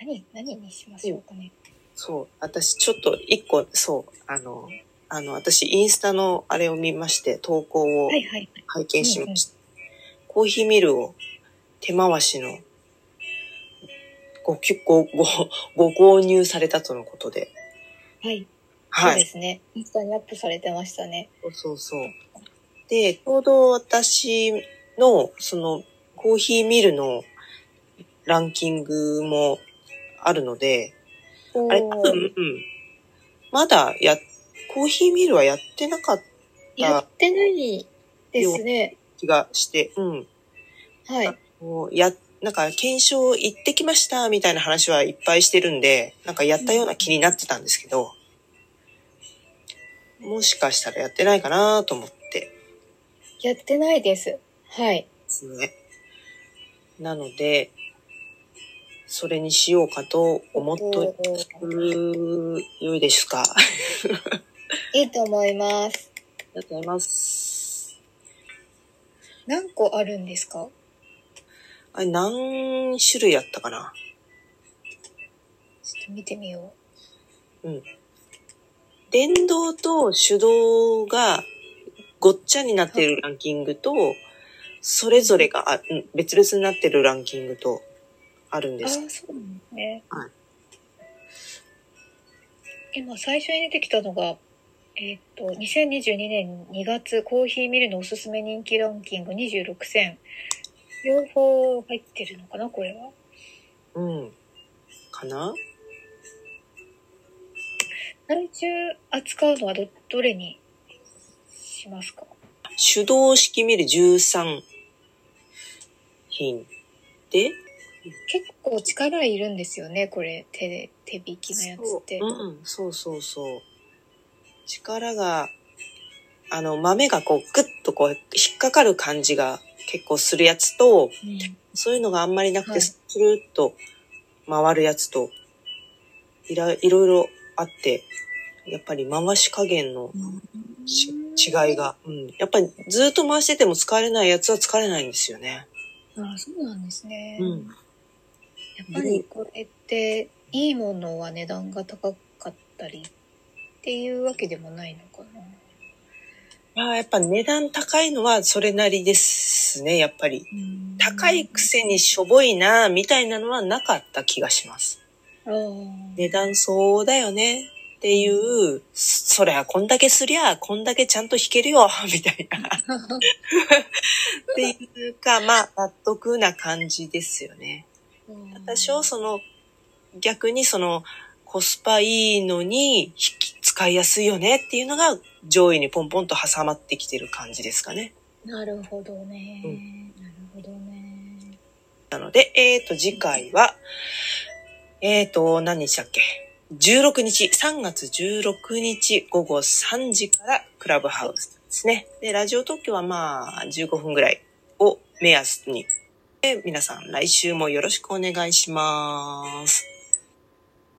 何、何にしましょうかね。そう。私、ちょっと一個、そう。あの、あの、私、インスタのあれを見まして、投稿をはいはい。拝見しました。コーヒーミルを手回しのごきゅごごご購入されたとのことで。はい。そうはでい。すね。インスタにアップされてましたね。そうそうそう。で、ちょうど私の、その、コーヒーミルのランキングもあるので、おあれ、多分、うん、まだや、コーヒーミルはやってなかったやってないですね。気がして、うん。はい。もうや、なんか、検証行ってきました、みたいな話はいっぱいしてるんで、なんかやったような気になってたんですけど、もしかしたらやってないかなと思ってやってないです。はい。ですね。なので、それにしようかと思っとるよいですか。いいと思います。ありがとうございます。何個あるんですかあれ、何種類あったかなちょっと見てみよ電動と手動がごっちゃになっているランキングと、それぞれがあうん別々になっているランキングとあるんう。でああす。ー、そうなんですね。はい今、最初に出てきたのが、えーっと、2022年2月、コーヒーミルのおすすめ人気ランキング26選。両方入ってるのかな、これは。うん。かな来週扱うのはど、どれにしますか手動式見る13品で、結構力いるんですよね、これ。手で、手引きのやつって。そううん、そうそうそう。力が、あの、豆がこう、ぐっとこう、引っかかる感じが結構するやつと、うんそういうのがあんまりなくはて、いスルーっと回るやつと、いら、いろいろあって、やっぱり回し加減のし違い。が、うん。やっぱりずっと回してても疲れないやつは疲れないんですよね。ああ、そうなんですね。うん。やっぱりこれって、いいものは値段が高かったりっていうわけでもないのかな。まあやっぱ値段高いのはそれなりですね、やっぱり。高いくせにしょぼいな、みたいなのはなかった気がします。ああ。値段相応だよね、っていう、そりゃこんだけすりゃ、こんだけちゃんと弾けるよ、 みたいな。っていうか、まあ、納得な感じですよね。私はその、逆にその、コスパいいのに、ひき使いやすいよねっていうのが、上位にポンポンと挟まってきてる感じですかね。なるほどね。うなるほどね。なので、えーと、次回は、えーと、何日だっけ ?16 日、3月16日午後3時からクラブハウスですね。で、ラジオ特許はまあ、15分ぐらいを目安に。で皆さん、来週もよろしくお願いします。